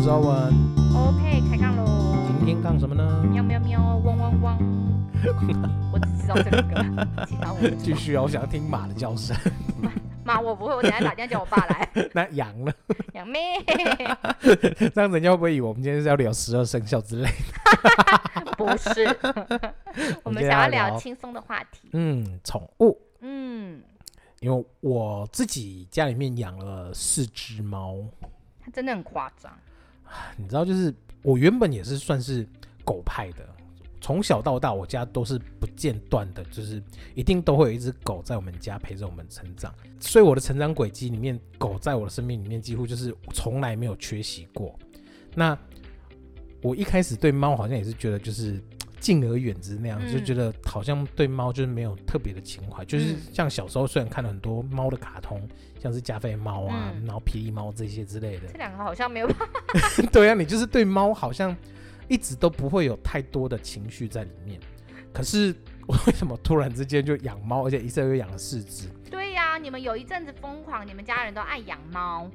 是阿文， OK，开杠喽！啊今天干什么呢？喵喵喵，汪汪汪！ 我只知道这个歌， 其他我不知继道。续啊，我想要听马的叫声。 妈，我不会，我等一下打电话叫我爸来。那羊呢？ 杨妹，这样子人家会不会以为我们今天是要聊十二生肖之类？不是， 我们想要聊轻松的话 题。嗯，宠物，嗯，因为我自己家里面养了四只猫，它真的很夸张。你知道，就是我原本也是算是狗派的，从小到大我家都是不间断的，就是一定都会有一只狗在我们家陪着我们成长，所以我的成长轨迹里面，狗在我的生命里面几乎就是从来没有缺席过。那我一开始对猫好像也是觉得就是。敬而远之那样，嗯就觉得好像对猫就是没有特别的情怀，就是嗯像小时候虽然看了很多猫的卡通，像是加菲猫啊，嗯然后霹雳猫这些之类的，这两个好像没有办法。 对啊，你就是对猫好像一直都不会有太多的情绪在里面。可是我为什么突然之间就养猫，而且一次又养了四只？对呀、你们有一阵子疯狂，你们家人都爱养猫，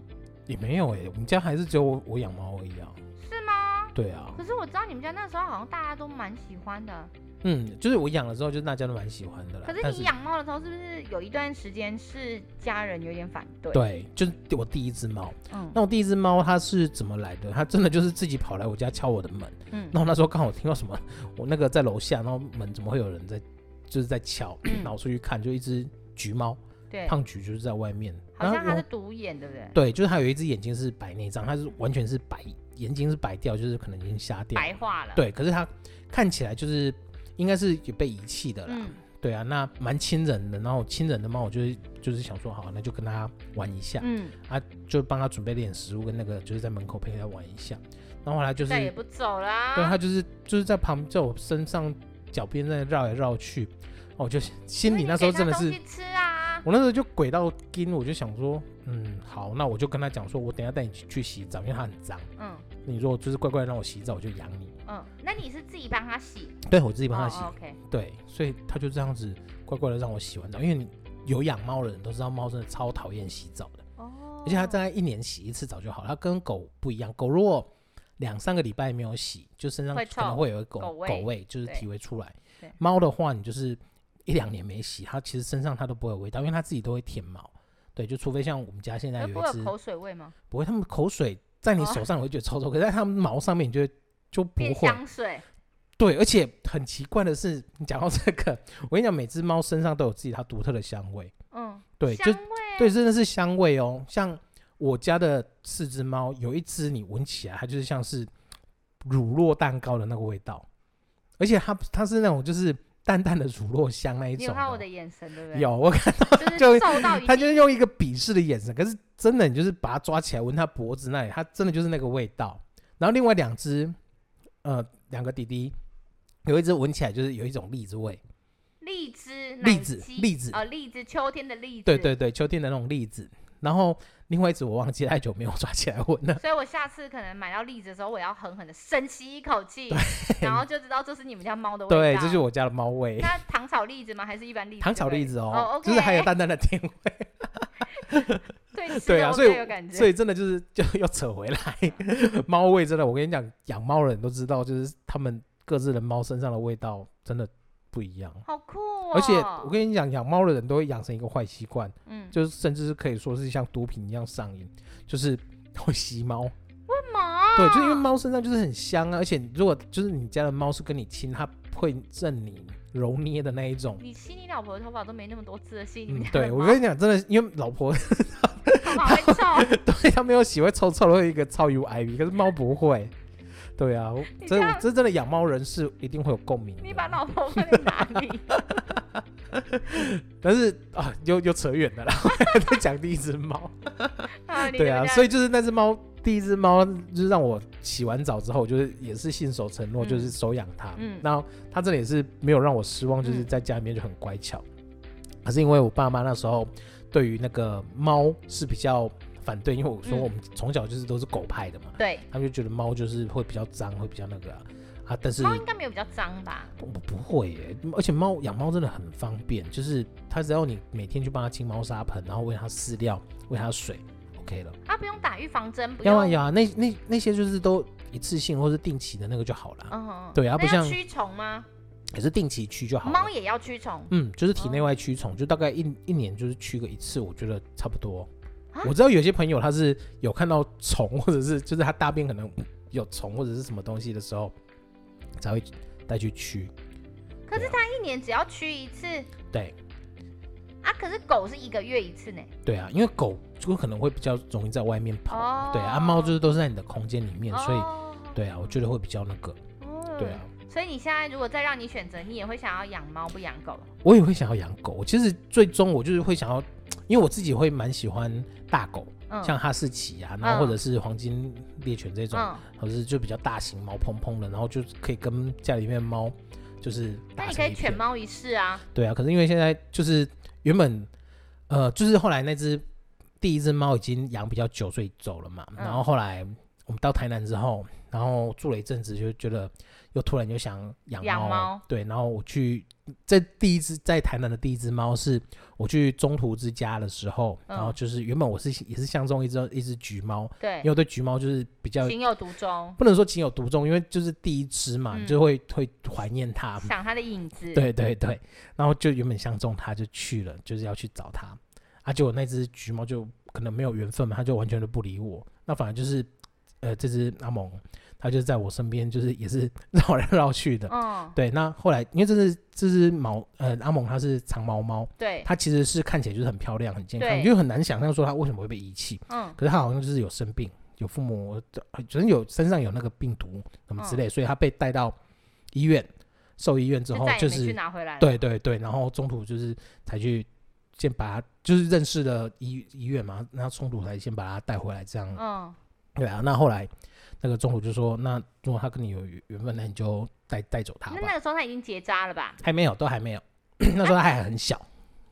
也没有哎、我们家还是只有我我养猫而已啊。是吗？对啊，可是我知道你们家那时候好像大家都蛮喜欢的。嗯，就是我养了之后，就是大家都蛮喜欢的啦。可是但你养猫的时候，是不是有一段时间是家人有点反对？，对，就是我第一只猫。嗯那我第一只猫它是怎么来的？它真的就是自己跑来我家敲我的门。嗯那我那时候刚好听到什么，我那个在楼下，然后门怎么会有人在，就是在敲？嗯然后出去看，就一只橘猫，对，胖橘就是在外面。哎好像然它后是独眼，对不对？对，就是它有一只眼睛是白内障，它是完全是白，眼睛是白掉，就是可能已经瞎掉。白化了。，对，可是它看起来就是应该是有被遗弃的啦。嗯对啊，那蛮亲人的。然后亲人的猫，我就是就是想说，好，那就跟它玩一下，嗯，就帮它准备点食物跟那个，就是在门口陪它玩一下。然后后来就是，再也不走啦。对，它就是就是在旁在我身上脚边在绕来绕去，哦，我就心里那时候真的是所以你给它东西吃啊，我那时候就鬼到筋，我就想说，嗯，好，那我就跟他讲说，我等一下带你去去洗澡，因为它很脏。嗯你如果就是乖乖让我洗澡，我就养你。嗯，那你是自己帮它洗？对我自己帮他洗，哦、OK，对，所以他就这样子乖乖的让我洗完澡。因为你有养猫的人都知道，猫真的超讨厌洗澡的，哦，而且它大概一年洗一次澡就好。它跟狗不一样，狗如果两三个礼拜没有洗，就身上会可能臭会有一狗狗味就是对体味出来对。猫的话，你就是一两年没洗，它其实身上它都不会有味道，因为它自己都会舔毛。对，就除非像我们家现在那有呃不会一有只口水味吗？不会，它们口水在你手上你会觉得臭臭，可是在它们毛上面你就就不变会。香水，对，而且很奇怪的是，你讲到这个，我跟你讲，每只猫身上都有自己它独特的香味。嗯，对，香就味啊，对，真的是香味哦。像我家的四只猫，有一只你闻起来，它就是像是乳酪蛋糕的那个味道，而且它它是那种就是淡淡的乳酪香那一你种有哦。看我的眼神，对不对？有我看就 就是受到一它定就是用一个鄙视的眼神，可是真的你就是把它抓起来闻它脖子那里，它真的就是那个味道。然后另外两只，呃，两个弟弟，有一只闻起来就是有一种栗子味，荔枝、栗子奶昔栗子哦，荔枝，秋天的荔枝，对。对对，秋天的那种栗子。然后另外一只我忘记太久没有抓起来闻了。所以我下次可能买到栗子的时候，我要狠狠的深吸一口气，然后就知道这是你们家猫的味道。对，这就是我家的猫味，那糖炒栗子吗？还是一般栗子？糖炒栗子。子哦，哦，OK 就是还有淡淡的 甜味。对吃的对啊，我所以最有感觉。所以真的就是就又扯回来，猫味真的，我跟你讲，养猫的人都知道，就是他们各自的猫身上的味道真的不一样。好酷哦！而且我跟你讲，养猫的人都会养成一个坏习惯，嗯，就是甚至是可以说是像毒品一样上瘾，就是 会吸猫。啊为毛？对，就是因为猫身上就是很香啊，而且如果就是你家的猫是跟你亲，它会任你揉捏的那一种。你吸你老婆的头发都没那么多刺的吸你嗯们家，的对我猫跟你讲，真的，因为老婆 头 发会臭。对它没有洗会臭臭的，会有一个超 U I V，可是猫不会。对啊，我你真这的样这真的养猫人士一定会有共鸣的。你把老婆放在哪里？但是啊，又又扯远了啦， 在讲第一只猫。啊，你对们啊，家所以就是那只猫，第一只猫就是让我洗完澡之后，就是也是信守承诺，嗯就是收养它。嗯然后它真的也是没有让我失望，就是嗯在家里面就很乖巧。可是因为我爸妈那时候对于那个猫是比较反对，因为我说嗯我们从小就是都是狗派的嘛，对他们就觉得猫就是会比较脏，会比较那个啊。啊但是猫应该没有比较脏吧？我不会耶，而且猫养猫真的很方便，就是它只要你每天去帮它清猫砂盆，然后喂它饲料，喂它水 OK 了。啊，不用打预防针，不要啊用。要啊，那那那些就是都一次性或是定期的那个就好了，嗯哼，对啊那不要像驱虫吗？也是定期驱就好猫哦了。也要驱虫，嗯，就是体内外驱虫，就大概一一年就是驱个一次，我觉得差不多啊。我知道有些朋友他是有看到虫，或者是就是他大便可能有虫或者是什么东西的时候，才会带去驱。可是它一年只要驱一次对啊。可是狗是一个月一次呢。对啊，因为狗就可能会比较容易在外面跑，哦对啊，猫就是都是在你的空间里面，所以哦，对啊，我觉得会比较那个，哦对啊。。所以你现在如果再让你选择，你也会想要养猫不养狗？我也会想要养狗。我其实最终我就是会想要，因为我自己会蛮喜欢大狗，嗯，像哈士奇啊，然嗯后或者是黄金猎犬这种，嗯，或者是就比较大型毛蓬蓬的，然后就可以跟家里面的猫就是那打你可成以一犬片。猫一试啊。对啊，可是因为现在就是原本呃，就是后来那只第一只猫已经养比较久，所以走了嘛。嗯然后后来我们到台南之后，然后住了一阵子，就觉得又突然就想养养猫对，然后我去在第一只在台南的第一只猫是我去中途之家的时候，嗯然后就是原本我是也是相中一只一只橘猫，对因为，我对橘猫就是比较。情有独钟，不能说情有独钟，因为就是第一只嘛，嗯你就会会怀念它，想它的影子。，啊对对对，然后就原本相中他就去了，就是要去找他，啊，结果那只橘猫就可能没有缘分嘛，它就完全都不理我，那反而就是呃这只阿蒙，它就在我身边，就是也是 绕来绕去的。嗯，对，那后来因为这只这只毛呃阿蒙它是长毛猫，对，它其实是看起来就是很漂亮很健康，对你就很难想象说它为什么会被遗弃，嗯，可是它好像就是有生病，有父母呃就是有身上有那个病毒什么之嗯类，所以它被带到医院兽医院之就后再也就没去是。拿回来了。对对对，然后中途就是才去先把他，就是认识了医医院嘛，然后中途才先把他带回来这样。嗯，对啊，那后来那个中途就说，那如果他跟你有缘分，那你就带带走他那吧。那个时候它已经结扎了吧？还没有，都 还没有，那时候他还很小，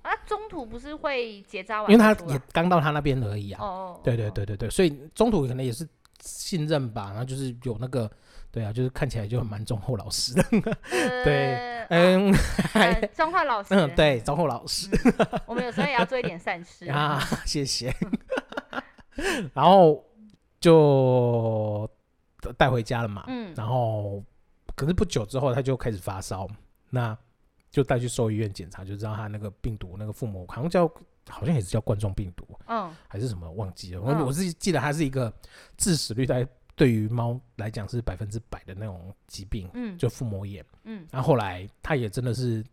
啊，中途不是会结扎完因为他啊再出来也刚到他那边而已哦啊。哦，对对哦，对对对，所以中途可能也是信任吧，然后就是有那个，对啊，就是看起来就蛮忠厚老实的。对对， 嗯啊呃，中华老师，嗯，， 对，忠厚老实。我们有时候也要做一点善事 啊，谢谢。 然后就带回家了嘛，嗯，然后可是不久之后他就开始发烧，那就带去兽医院检查，就知道他那个病毒，那个腹膜好像叫好像也是叫冠状病毒嗯，还是什么忘记了，我、嗯我是记得它是一个致死率在对于猫来讲是百分之百的那种疾病，嗯，就腹膜炎。嗯，然后后来他也真的是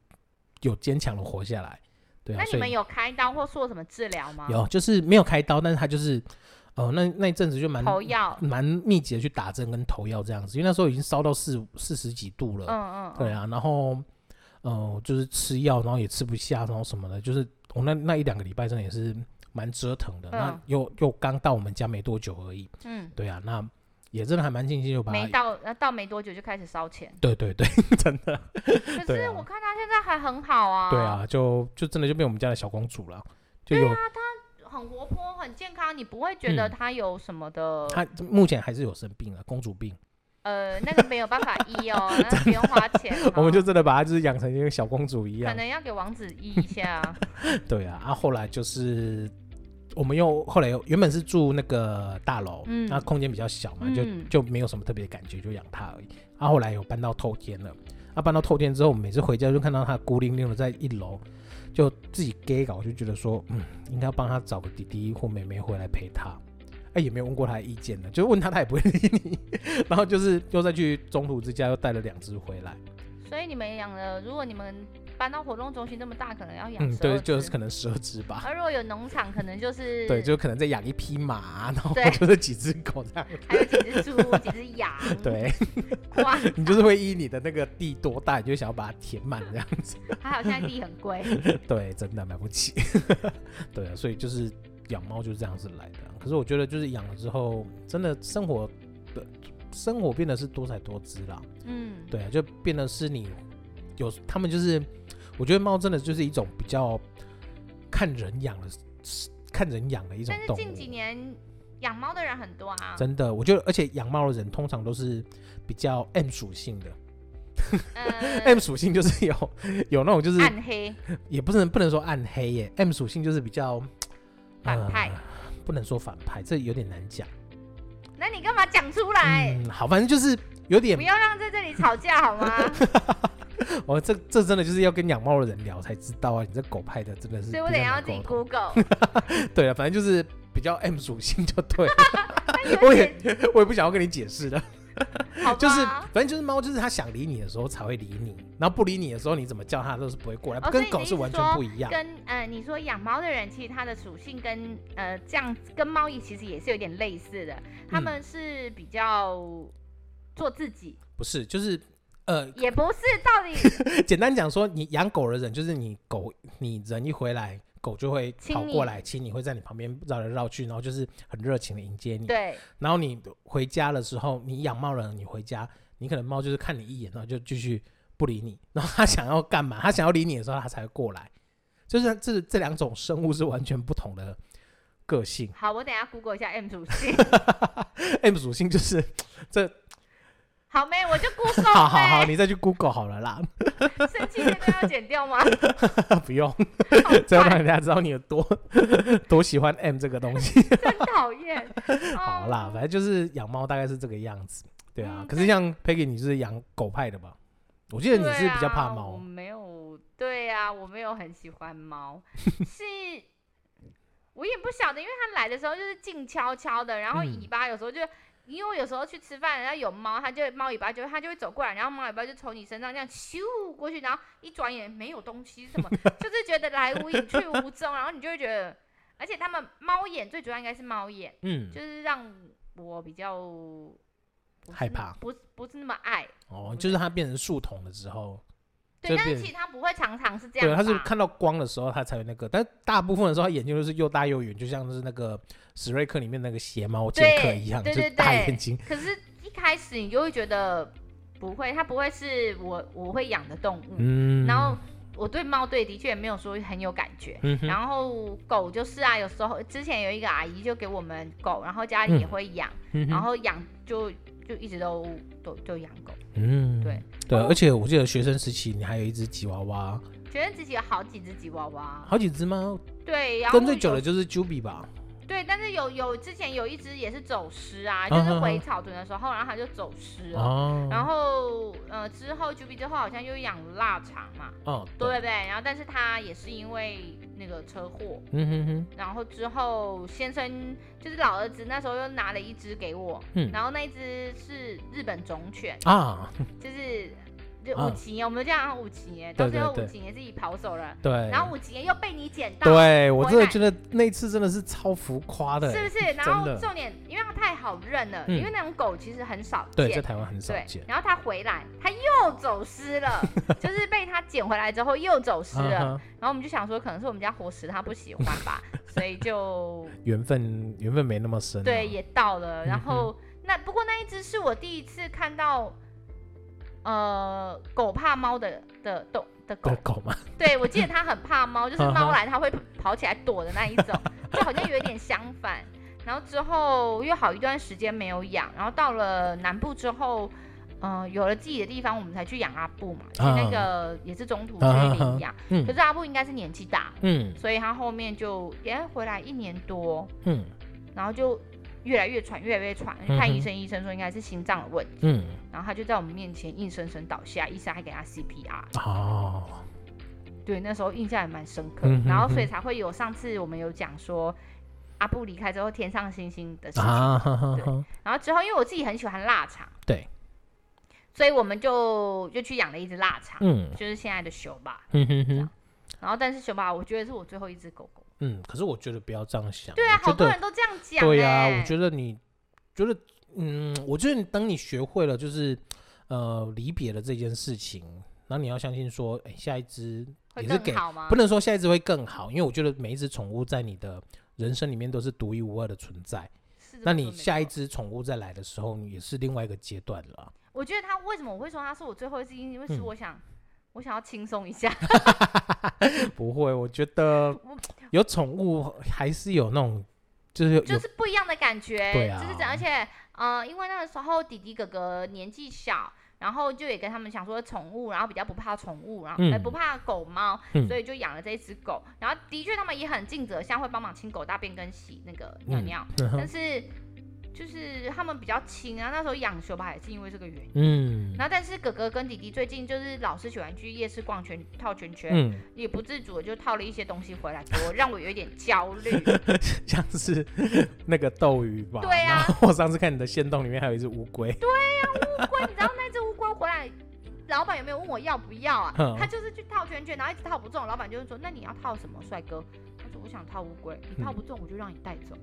有坚强的活下来，对啊，那你所以们有开刀或做什么治疗吗？有，就是没有开刀，但是他就是，呃，那那一阵子就蛮投药，蛮密集的去打针跟投药这样子，因为那时候已经烧到四四十几度嗯了，嗯，嗯对，啊，然后，呃，就是吃药，然后也吃不下，然后什么的，就是我那那一两个礼拜真的也是蛮折腾的，那嗯又又刚到我们家没多久而已，嗯，对啊，那也真的还蛮庆幸就把没它，到，呃，到没多久就开始烧钱，对对对，真的，可对是啊我看它现在还很好啊，对，啊，就就真的就变我们家的小公主了，就有啊很活泼，很健康，你不会觉得嗯它有什么的，她目前还是有生病了，公主病。呃，那个没有办法医 哦，那个不用花钱哦，我们就真的把它就是养成一个小公主一可样。能要给王子医一下，对啊，啊，后来就是我们又后来又原本是住那个大楼，嗯那空间比较小嘛，嗯就就没有什么特别的感觉，就养它而已。啊，后来有搬到透天了，啊，搬到透天之后，我们每次回家就看到它孤零零的在一楼，就自己 gay 搞，就觉得说，嗯，应该要帮它找个弟弟或妹妹回来陪它。哎、也没有问过他的意见呢，就问他，他也不会理你。 然后就是又再去中途之家，又带了两只回来。 所以你们养了，如果你们搬到活动中心这么大，可能要养嗯， 12对，就是只可能十二只吧。而如果有农场，可能就是对，就可能再养一匹马，啊 然后对就是几只狗这 样。还有几只猪、几只羊，， 对哇，你就是会依你的那个地多大，你就想要把它填满这样子。 还好现在地很贵，对，真的买不起。 对啊，所以就是养猫就是这样子来的啊。可是我觉得就是养了之后，真的生活的生活变得是多彩多姿啦。嗯，对啊，就变得是你有他们就是，我觉得猫真的就是一种比较看人养的，看人养的一种但是动物。近几年养猫的人很多啊，真的，我觉得，而且养猫的人通常都是比较 M 属性的、 呃 m 属性就是有有那种哎就是暗黑也不是不能说暗黑耶，M 属性就是比较反派呃不能说反派，这有点难讲。那你干嘛讲出来？嗯，好，反正就是有点不，要让在这里吵架好吗？哦，这这真的就是要跟养猫的人聊才知道啊，你这狗派的真的是所比以较我难沟等通。一下要自己 Google。 对了，啊反正就是比较 M 属性就 对了，那你我会也写我也不想要跟你解释了。好吧？就是反正就是猫，就是它想理你的时候才会理你，然后不理你的时候，你怎么叫它都是不会过来，哦所以跟你狗的意是思完全说不一样。跟呃，你说养猫的人，其实它的属性跟呃这样子跟猫其实也是有点类似的，他嗯们是比较做自己，不是，就是呃，也不是到底简单讲说，你养狗的人就是你狗，你人一回来，狗就会亲跑你过来亲你，会在你旁边绕来绕去，然后就是很热情的迎接你。 对然后你回家的时候，你养猫了，你回家，你可能猫就是看你一眼，然后就继续不理你。然后它想要干嘛？它想要理你的时候，它才会过来。就是这这两种生物是完全不同的个性。好，我等一下 Google 一下 M 属性。 M 属性就是这，好没，我就 Google 呗。 好好好，你再去 Google 好了啦，生气那段要剪掉吗？ 不用，好这要让烦人家知道你有多多喜欢 M 这个东西。真讨厌。 好啦，反正就是养猫大概是这个样子，对啊。嗯可是像 Peggy，你是养狗派的吧？我记得你对是比较怕啊猫我，没有，对呀、我没有很喜欢 猫，是。我也不晓得，因为它来的时候就是静悄悄的，然后嗯尾巴有时候就，因为我有时候去吃饭，然后有猫，它就会猫尾巴就会它就会走过来，然后猫尾巴就从你身上这样咻过去，然后一转眼没有东西，什么就是觉得来无影去无踪，然后你就会觉得，而且它们猫眼最主要应该是猫眼，嗯，就是让我比较不是害那么怕不是不是那么爱。哦，就是它变成树桶的时候，对，就但变是其实它不会常常是这样对，吧。它是看到光的时候它才有那个，但大部分的时候它眼睛就是又大又圆，就像是那个史瑞克里面那个邪猫剑客对一样，就对对大对眼睛。可是一开始你就会觉得不会，它不会是我我会养的动物。嗯，然后我对猫对的确没有说很有感觉。嗯哼，然后狗就是啊，有时候之前有一个阿姨就给我们狗，然后家里也嗯会养，嗯然哼，后养就就一直都都就养狗。嗯，对对，哦而且我记得学生时期你还有一只吉娃娃，觉得自己有好几只吉娃娃，好几只吗？对，然后跟最久有的就是 Juby 吧，对，但是有有之前有一只也是走失啊，啊就是啊回啊草屯的时候，然后它就走失了。哦，然后呃之后 Juby 之后好像又养腊肠嘛，哦，对不对？然后但是它也是因为那个车祸，嗯哼哼，然后之后先生就是老儿子那时候又拿了一只给我，嗯然后那一只是日本种犬，啊，就是。就啊五级年，我们就叫它五级年，到对最对后五对级年自己跑走了，对，然后五级年又被你捡到，对我回真的来觉得那次真的是超浮夸的是欸，不是？然真后的重点，因为它太好认了，嗯因为那种狗其实很少对，在见。台湾很少对见，。然后它回来，它又走失了，就是被它捡回来之后又走失了。啊哈然后我们就想说，可能是我们家活食它不喜欢吧，所以就缘分缘分没那么深啊，对也到了。嗯然后那不过那一只是我第一次看到，呃，狗怕猫的的动的狗的，狗嘛，对，我记得它很怕猫，就是嗯哼猫来它会跑起来躲的那一 种，就好像有一点相反。然后之后又好一段时间没有养，然后到了南部之后，呃，有了自己的地方，我们才去养阿布嘛。去那啊个也是中途去啊领养，可嗯是阿布应该是年纪大，嗯所以他后面就也回来一年多，嗯然后就越来越喘，越来越喘。嗯看医哼生，医生说应该是心脏的问题，嗯，然后他就在我们面前硬生生倒下，医生还给他 CPR。哦，对，那时候印象也蛮深刻，嗯哼然后所以哼才会有上次我们有讲说阿布离开之后天上星星的事情，啊哈哈哈，然后之后因为我自己很喜欢腊肠，对，所以我们就就去养了一只腊肠，嗯就是现在的熊吧。嗯哼这样哼，然后但是熊吧，我觉得是我最后一只狗狗。嗯，可是我觉得不要这样想，对啊，我好觉多得人都这样讲、欸。对呀，我觉得你觉得嗯，我觉得你当你学会了就是呃离别的这件事情，然后你要相信说，哎，下一只会也是给更好啊吗不？能说下一只会更好，因为我觉得每一只宠物在你的人生里面都是独一无二的存在。是这么那说你没下一错，只宠物再来的时候，你也是另外一个阶段了啊。我觉得他为什么我会说他是我最后一只，因为是嗯我想、我想要轻松一下。 不会，我觉得我有宠物还是有那种，就是有就是不一样的感觉，对啊就是这样而且呃，因为那个时候弟弟哥哥年纪小，然后就也跟他们想说宠物，然后比较不怕宠物，然后、嗯呃不怕狗猫，嗯所以就养了这一只狗。然后的确他们也很尽责，像会帮忙清狗大便跟洗那个尿尿，嗯哼但是就是他们比较亲啊。那时候养熊吧也是因为这个原因。嗯然后但是哥哥跟弟弟最近就是老是喜欢去夜市逛圈套圈圈，嗯，也不自主的就套了一些东西回来给我，让我有一点焦虑。 像是 那个斗鱼吧。对啊然后我上次看你的线洞里面还有一只乌龟。龟，你知道那只乌龟回来，老板有没有问我要不要啊嗯？他就是去套圈圈，然后一直套不中，老板就会说：“那你要套什么，帅哥？”他说：“我想套乌龟，你套不中我就让你带走。”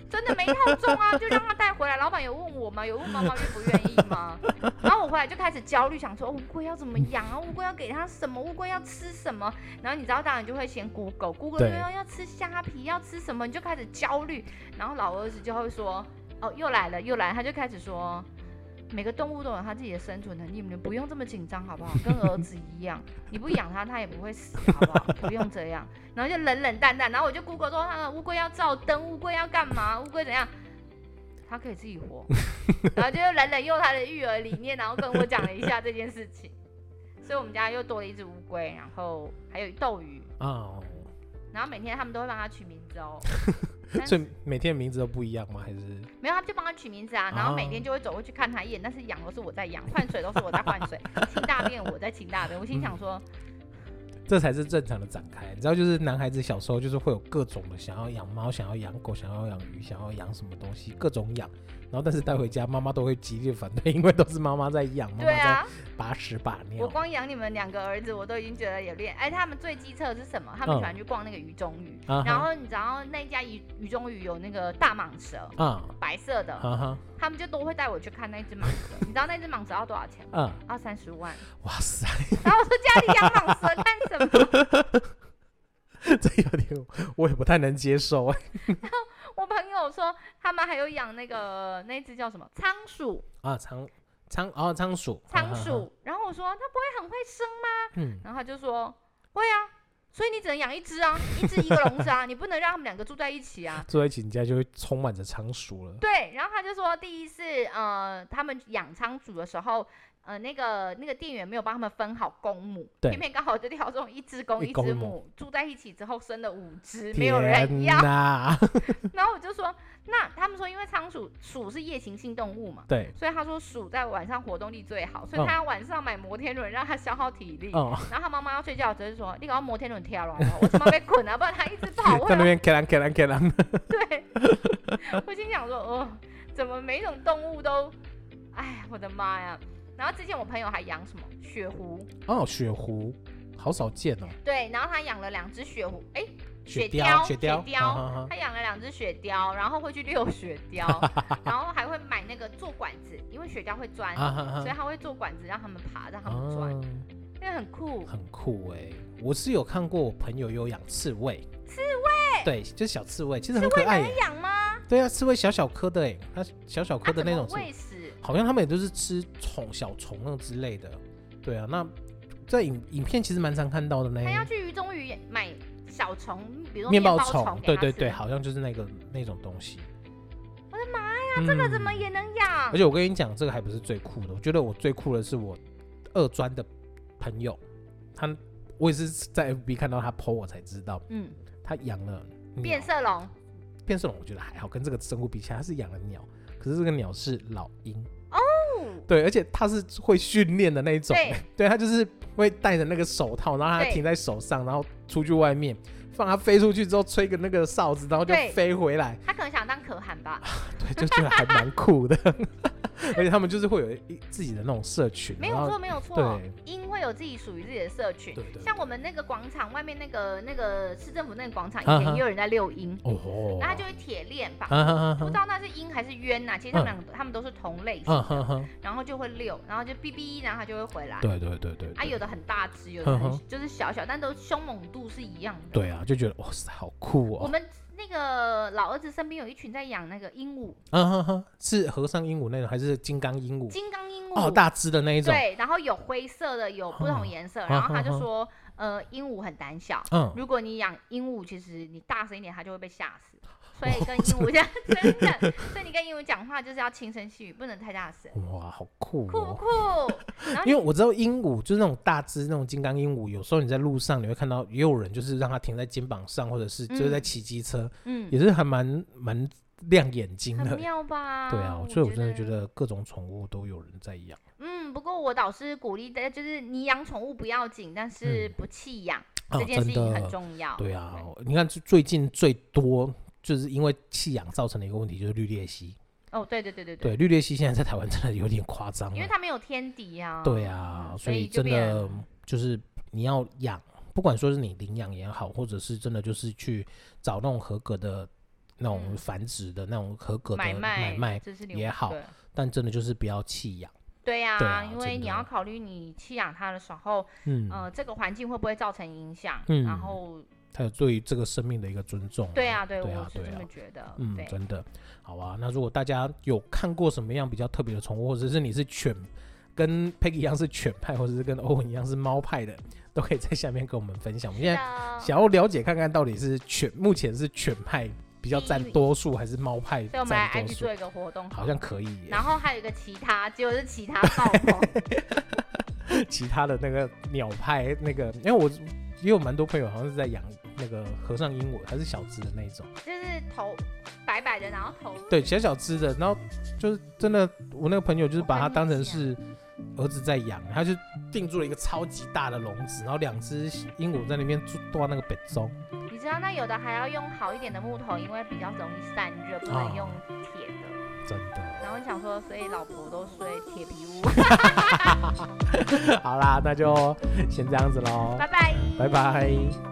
真的没套中啊，就让他带回来。老板有问我吗？有问妈妈愿不愿意吗？然后我回来就开始焦虑，想说哦乌龟要怎么养啊？乌龟要给它什么？乌龟要吃什么？然后你知道，当然就会先 Google，Google 对要要吃虾皮，要吃什么，你就开始焦虑。然后老儿子就会说：“哦，又来了，又来了。”他就开始说：“每个动物都有它自己的生存能力，你们不用这么紧张好不好？跟儿子一样，你不养它，它也不会死，好不好？不用这样。”然后就冷冷淡淡。然后我就 Google 说：“啊，乌龟要照灯，乌龟要干嘛？乌龟怎样？”它可以自己活。然后就冷冷用他的育儿理念，然后跟我讲了一下这件事情。所以我们家又多了一只乌龟，然后还有斗鱼，哦，然后每天他们都会帮它取名字 哦。但所以每天名字都不一样吗？还是没有，他们就帮它取名字啊，然后每天哦就会走过去看它一眼，但是养都是我在养，换水都是我在换水，清大便我在清大便。我心想说，这才是正常的展开？你知道，就是男孩子小时候就是会有各种的想要养猫、想要养狗、想要养鱼、想要养什么东西，各种养。然后但是带回家，妈妈都会极力反对，因为都是妈妈在养，嗯妈妈对在啊，把屎把我尿。光养你们两个儿子，我都已经觉得有点。哎，他们最机车的是什么？他们嗯喜欢去逛那个鱼中鱼，啊哈然后你知道那一家鱼鱼中鱼有那个大蟒蛇，啊白色的，啊哈他们就都会带我去看那只蟒蛇。你知道那只蟒蛇要多少钱吗？ 啊！要三十万。哇塞， 然后我说家里养蟒蛇干什么？这有点我也不太能接受哎。我朋友说他们还有养那个那只叫什么仓鼠，啊，仓仓哦，仓鼠，仓啊鼠。然后我说它不会很会生吗？嗯，然后他就说会啊，所以你只能养一只啊，一只一个笼子啊，你不能让他们两个住在一起啊。坐在一起你家就会充满着仓鼠了。对，然后他就说，第一是呃，他们养仓鼠的时候，呃，那个那个店员没有帮他们分好公母，对偏偏刚好就挑中一只公一一公只母母住在一起之后生了五只， 没有人要天。哪 然后我就说，那他们说，因为仓鼠鼠是夜行性动物嘛，对，所以他说鼠在晚上活动力最好，所以嗯他要晚上买摩天轮让它消耗体力。 哦，然后他妈妈要睡觉，只是说你搞摩天轮跳了，我他妈被捆了，不然他一直跑，我在那边 k 啷 k 啷 k 啷，对，我心想说，哦，怎么每一种动物都，哎，我的妈呀！然后之前我朋友还养什么雪狐， 哦，雪狐好少见哦，对，然后他养了两只雪狐，哎，雪貂，雪雪 貂，啊啊啊他养了两只雪貂，然后会去遛雪 貂，然后还会买那个做管子，因为雪貂会钻，啊哦啊所以他会做管子让他们爬，让他们钻，因为很酷。很酷哎。我是有看过我朋友有养刺猬，刺猬，对，就是小刺猬，其实很可爱能耶。养吗？对啊，刺猬小小颗的哎，它小小颗它的怎那么种刺喂食？好像他们也都是吃虫小虫那之类的。对啊，那在影影片其实蛮常看到的呢。他要去鱼中鱼买小虫，比如说哎面包包虫，给对它对吃对，好像就是那个那种东西。我的妈呀，这个怎么也能养而？且我跟你讲，这个还不是最酷的，我觉得我最酷的是我二专的朋友，他我也是在 FB 看到他 PO 我才知道，嗯，他养了鸟变色龙变色龙，我觉得还好，跟这个生物比起来，他是养了鸟，可是这个鸟是老鹰。哦，对，而且它是会训练的那一种，对对，它就是会戴着那个手套，然后它对停在手上，然后出去外面，放它飞出去之后吹个那个哨子，然后就对飞回来，他可能想当可汗 吧？对，就觉得还蛮酷的。 而且他们就是会有一自己的那种社群，没然有后错，没有错对，鹰会有自己属于自己的社群对。对像我们那个广场外面那个那个市政府那个广场，啊以前哈也有人在遛鹰，哦，啊然后他就会铁链吧。啊哈不哈知道那是鹰还是鸢呐、其实他们两个、他们都是同类型，哈，啊哈哈，然后就会遛，然后就哔哔，然后它就会回来。对对对对，啊，对有的很大只，有的嗯很哼就是小小，但都凶猛度是一样的。对啊，就觉得哇塞，好酷我哦，们那个老儿子身边有一群在养那个鹦鹉，啊哈哈，是和尚鹦鹉那种还是金刚鹦鹉？哦金刚鹦鹉，哦，大只的那一种， 对，然后有灰色的，有不同颜色，然后他就说，呃，鹦鹉很胆小。嗯，如果你养鹦鹉，其实你大声一点，它就会被吓 死。所以跟鹦鹉讲，真的，所以你跟鹦鹉讲话就是要轻声细语，不能太大声，哇，好酷酷不哦！酷？然后因为你我知道鹦鹉就是那种大只那种金刚鹦鹉，有时候你在路上你会看到，也有人就是让它停在肩膀上，或者是就是在嗯骑机车，嗯， 也是还蛮蛮亮眼睛很的。妙吧？对啊，所以我真的觉，得各种宠物都有人在养。嗯，不过我导师鼓励大家，就是你养宠物不要紧，但是嗯不弃养、啊这件事真情很的重要。对啊，你看最最近最多就是因为弃养造成的一个问题就是绿鬣蜥。哦，对对对对对，绿鬣蜥现在在台湾真的有点夸张因为了。它没有天敌啊。对啊，嗯所以就真变的就是你要养，不管说是你领养也好，或者是真的就是去找那种合格的。那种嗯繁殖的那种合格的买卖买卖，这是也另好对但真的就是不要弃养。对呀、对啊因为真你的要考虑你弃养它的时候，嗯，呃，这个环境会不会造成影响？嗯然后，还有对于这个生命的一个尊重。对啊，对，对我啊，是对这啊么。觉得。嗯，对，真的，好啊。那如果大家有看过什么样比较特别的宠物，或者是你是犬，跟 Peggy 一样是犬派，或者是跟欧文一样是猫派的，都可以在下面跟我们分享。我们现在的想要了解看看到底是犬，目前是犬派比较占多数，还是猫派所以我们来占多 IG 数做？一个活动，好像可以耶，然后还有一个其他，结果是其他爆棚。其他的那个鸟派那个，因为我也有蛮多朋友好像是在养那个和尚鹦鹉，还是小只的那一种。就是头白白的，然后头对，小小只的，然后就是真的，我那个朋友就是把它当成是儿子在养，他就定住了一个超级大的笼子，然后两只鹦鹉在那边住抓那个北中，你知道那有的还要用好一点的木头，因为比较容易散热，不能啊用铁的。真的。 然后想说，所以老婆都睡铁皮屋。好啦，那就先这样子 喽，拜拜，拜拜